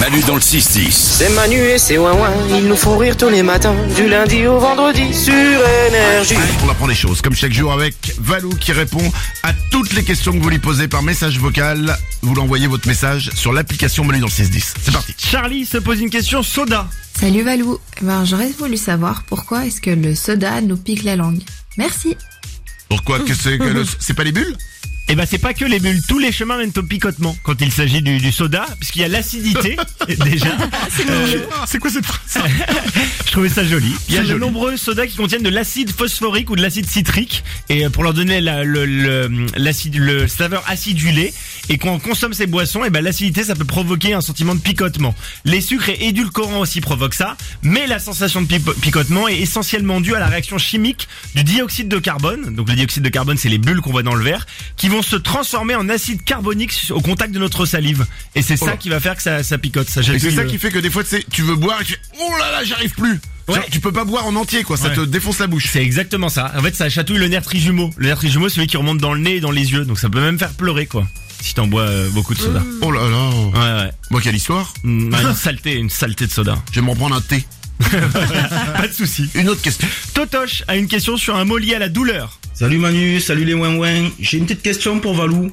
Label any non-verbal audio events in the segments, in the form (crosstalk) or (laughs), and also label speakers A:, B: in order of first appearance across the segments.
A: Manu dans le 6-10.
B: C'est Manu et c'est Wawa, ils nous font rire tous les matins, du lundi au vendredi sur énergie.
C: Allez, on apprend des choses, comme chaque jour avec Valou qui répond à toutes les questions que vous lui posez par message vocal. Vous l'envoyez votre message sur l'application Manu dans le 610. C'est parti.
D: Charlie se pose une question soda.
E: Salut Valou, Eh ben, j'aurais voulu savoir pourquoi est-ce que le soda nous pique la langue. Merci.
C: Pourquoi que c'est que le... (laughs) C'est pas les bulles
D: Eh ben c'est pas que les bulles, tous les chemins mènent au picotement quand il s'agit du, du soda, puisqu'il y a l'acidité (laughs) déjà.
C: Euh, Ah,
D: Euh,
C: C'est quoi cette phrase
D: Je trouvais ça joli. Il y a
C: C'est
D: de
C: joli.
D: nombreux sodas qui contiennent de l'acide phosphorique ou de l'acide citrique, et euh, pour leur donner la, le, le- l'acide, le saveur acidulée. Et quand on consomme ces boissons, et ben l'acidité ça peut provoquer un sentiment de picotement. Les sucres et édulcorants aussi provoquent ça, mais la sensation de pipo- picotement est essentiellement due à la réaction chimique du dioxyde de carbone. Donc le dioxyde de carbone, c'est les bulles qu'on voit dans le verre, qui vont se transformer en acide carbonique au contact de notre salive. Et c'est
C: Oh là.
D: ça qui va faire que ça, ça picote. Ça
C: Et
D: j'appuie,
C: c'est ça
D: euh,
C: qui fait que des fois, tu sais, tu veux boire et tu fais, oh là là, j'arrive plus.
D: Ouais.
C: Genre, tu peux pas boire en entier, quoi. Ça
D: Ouais.
C: te défonce la bouche.
D: C'est exactement ça. En fait, ça chatouille le nerf trijumeau. Le nerf trijumeau, c'est celui qui remonte dans le nez et dans les yeux. Donc ça peut même faire pleurer, quoi. Si t'en bois euh, beaucoup de soda.
C: Oh là là.
D: Ouais, ouais.
C: Moi, quelle histoire.
D: Mm, ouais, une saleté, une saleté de soda.
C: Je vais m'en prendre un thé.
D: Pas de souci.
C: Une autre question.
D: Totoche a une question sur un mot lié à la douleur.
F: Salut Manu, salut les ouin ouin. J'ai une petite question pour Valou.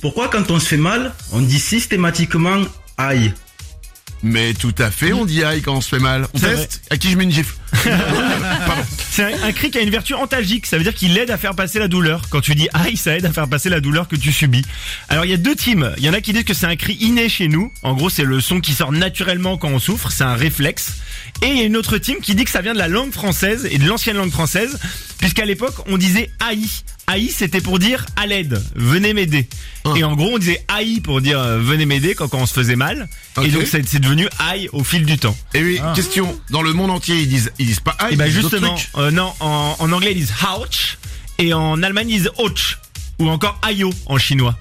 F: Pourquoi quand on se fait mal, on dit systématiquement aïe
C: Mais tout à fait, on dit aïe quand on se fait mal. On
D: C'est
C: teste À qui je mets une gifle Pardon.
D: C'est un, un cri qui a une vertu antalgique. Ça veut dire qu'il aide à faire passer la douleur. Quand tu dis aïe, ça aide à faire passer la douleur que tu subis. Alors il y a deux teams. Il y en a qui disent que c'est un cri inné chez nous. En gros, c'est le son qui sort naturellement quand on souffre. C'est un réflexe. Et il y a une autre team qui dit que ça vient de la langue française et de l'ancienne langue française, puisqu'à l'époque on disait aïe. Aïe, c'était pour dire à l'aide, venez m'aider.
C: Ah.
D: Et en gros, on disait aïe pour dire euh, venez m'aider quand, quand on se faisait mal.
C: Ok.
D: Et donc, c'est c'est devenu aïe au fil du temps.
C: Et Eh oui, question. Dans le monde entier, ils disent, ils disent pas aïe.
D: Et bah
C: ils disent d'autres
D: justement,
C: trucs.
D: euh, non, en, en anglais ils disent ouch et en allemagne ils disent ouch ou encore ayo en chinois.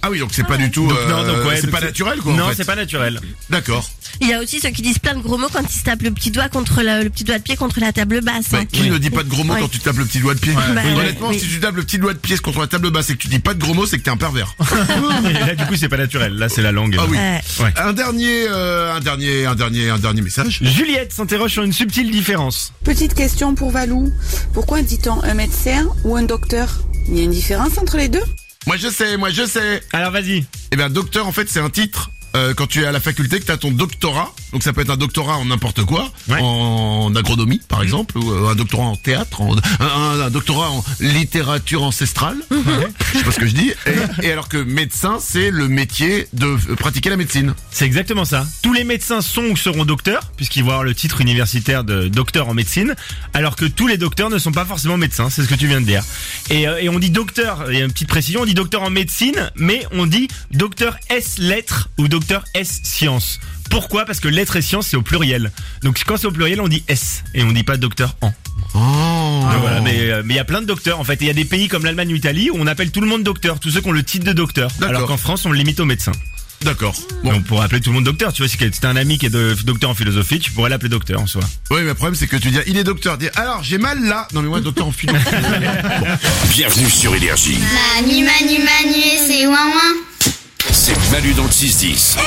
C: Ah oui, donc c'est pas du tout.
D: Donc, non, donc,
C: euh,
D: ouais,
C: c'est
D: donc
C: pas naturel, quoi. en
D: Non,
C: fait.
D: c'est pas naturel.
C: D'accord.
G: Il y a aussi ceux qui disent plein de gros mots quand ils se tapent le petit doigt contre la- le petit doigt de pied contre la table basse.
C: Bah,
G: hein.
C: qui ne dit pas de gros mots
G: Ouais.
C: quand tu tapes le petit doigt de pied
G: Bah, oui,
C: Honnêtement,
G: oui.
C: si tu tapes le petit doigt de pied contre la table basse et que tu dis pas de gros mots, c'est que t'es un pervers.
D: (laughs) et là du coup c'est pas naturel. Là c'est la langue.
C: Ah oui.
G: Ouais.
C: Un dernier, euh, un dernier, un dernier, un dernier message.
D: Juliette s'interroge sur une subtile différence.
H: Petite question pour Valou. Pourquoi dit-on un médecin ou un docteur Il y a une différence entre les deux
C: Moi je sais, moi je sais.
D: Alors vas-y.
C: Eh bien, docteur, en fait, c'est un titre. euh, quand tu es à la faculté, que tu as ton doctorat, donc ça peut être un doctorat en n'importe quoi,
D: Ouais.
C: en agronomie par exemple, ou euh, un doctorat en théâtre, en- un, un- un doctorat en littérature ancestrale, je sais pas ce que je dis, et, et alors que médecin, c'est le métier de euh, pratiquer la médecine.
D: C'est exactement ça. Tous les médecins sont ou seront docteurs, puisqu'ils vont avoir le titre universitaire de docteur en médecine, alors que tous les docteurs ne sont pas forcément médecins, c'est ce que tu viens de dire. Et, euh, et on dit docteur, il y a une petite précision, on dit docteur en médecine, mais on dit docteur S lettres ou docteur S sciences. Pourquoi Parce que lettres et sciences, c'est au pluriel. Donc quand c'est au pluriel, on dit S, et on dit pas docteur en.
C: Ah.
D: Donc voilà, mais euh, mais il y a plein de docteurs en fait. Et Il y a des pays comme l'Allemagne ou l'Italie où on appelle tout le monde docteur, tous ceux qui ont le titre de docteur.
C: D'accord.
D: Alors qu'en France, on le limite aux médecins.
C: D'accord. Bon.
D: Donc pour appeler tout le monde docteur, tu vois, si t'as un ami qui est de- docteur en philosophie, tu pourrais l'appeler docteur en soi.
C: Oui, mais le problème, c'est que tu dis, il est docteur. Dis, alors, j'ai mal là. Non, mais moi, docteur en philo.
A: Bienvenue sur Énergie.
I: Manu, Manu, Manu et c'est ouin ouin.
A: C'est Manu dans le 6-10.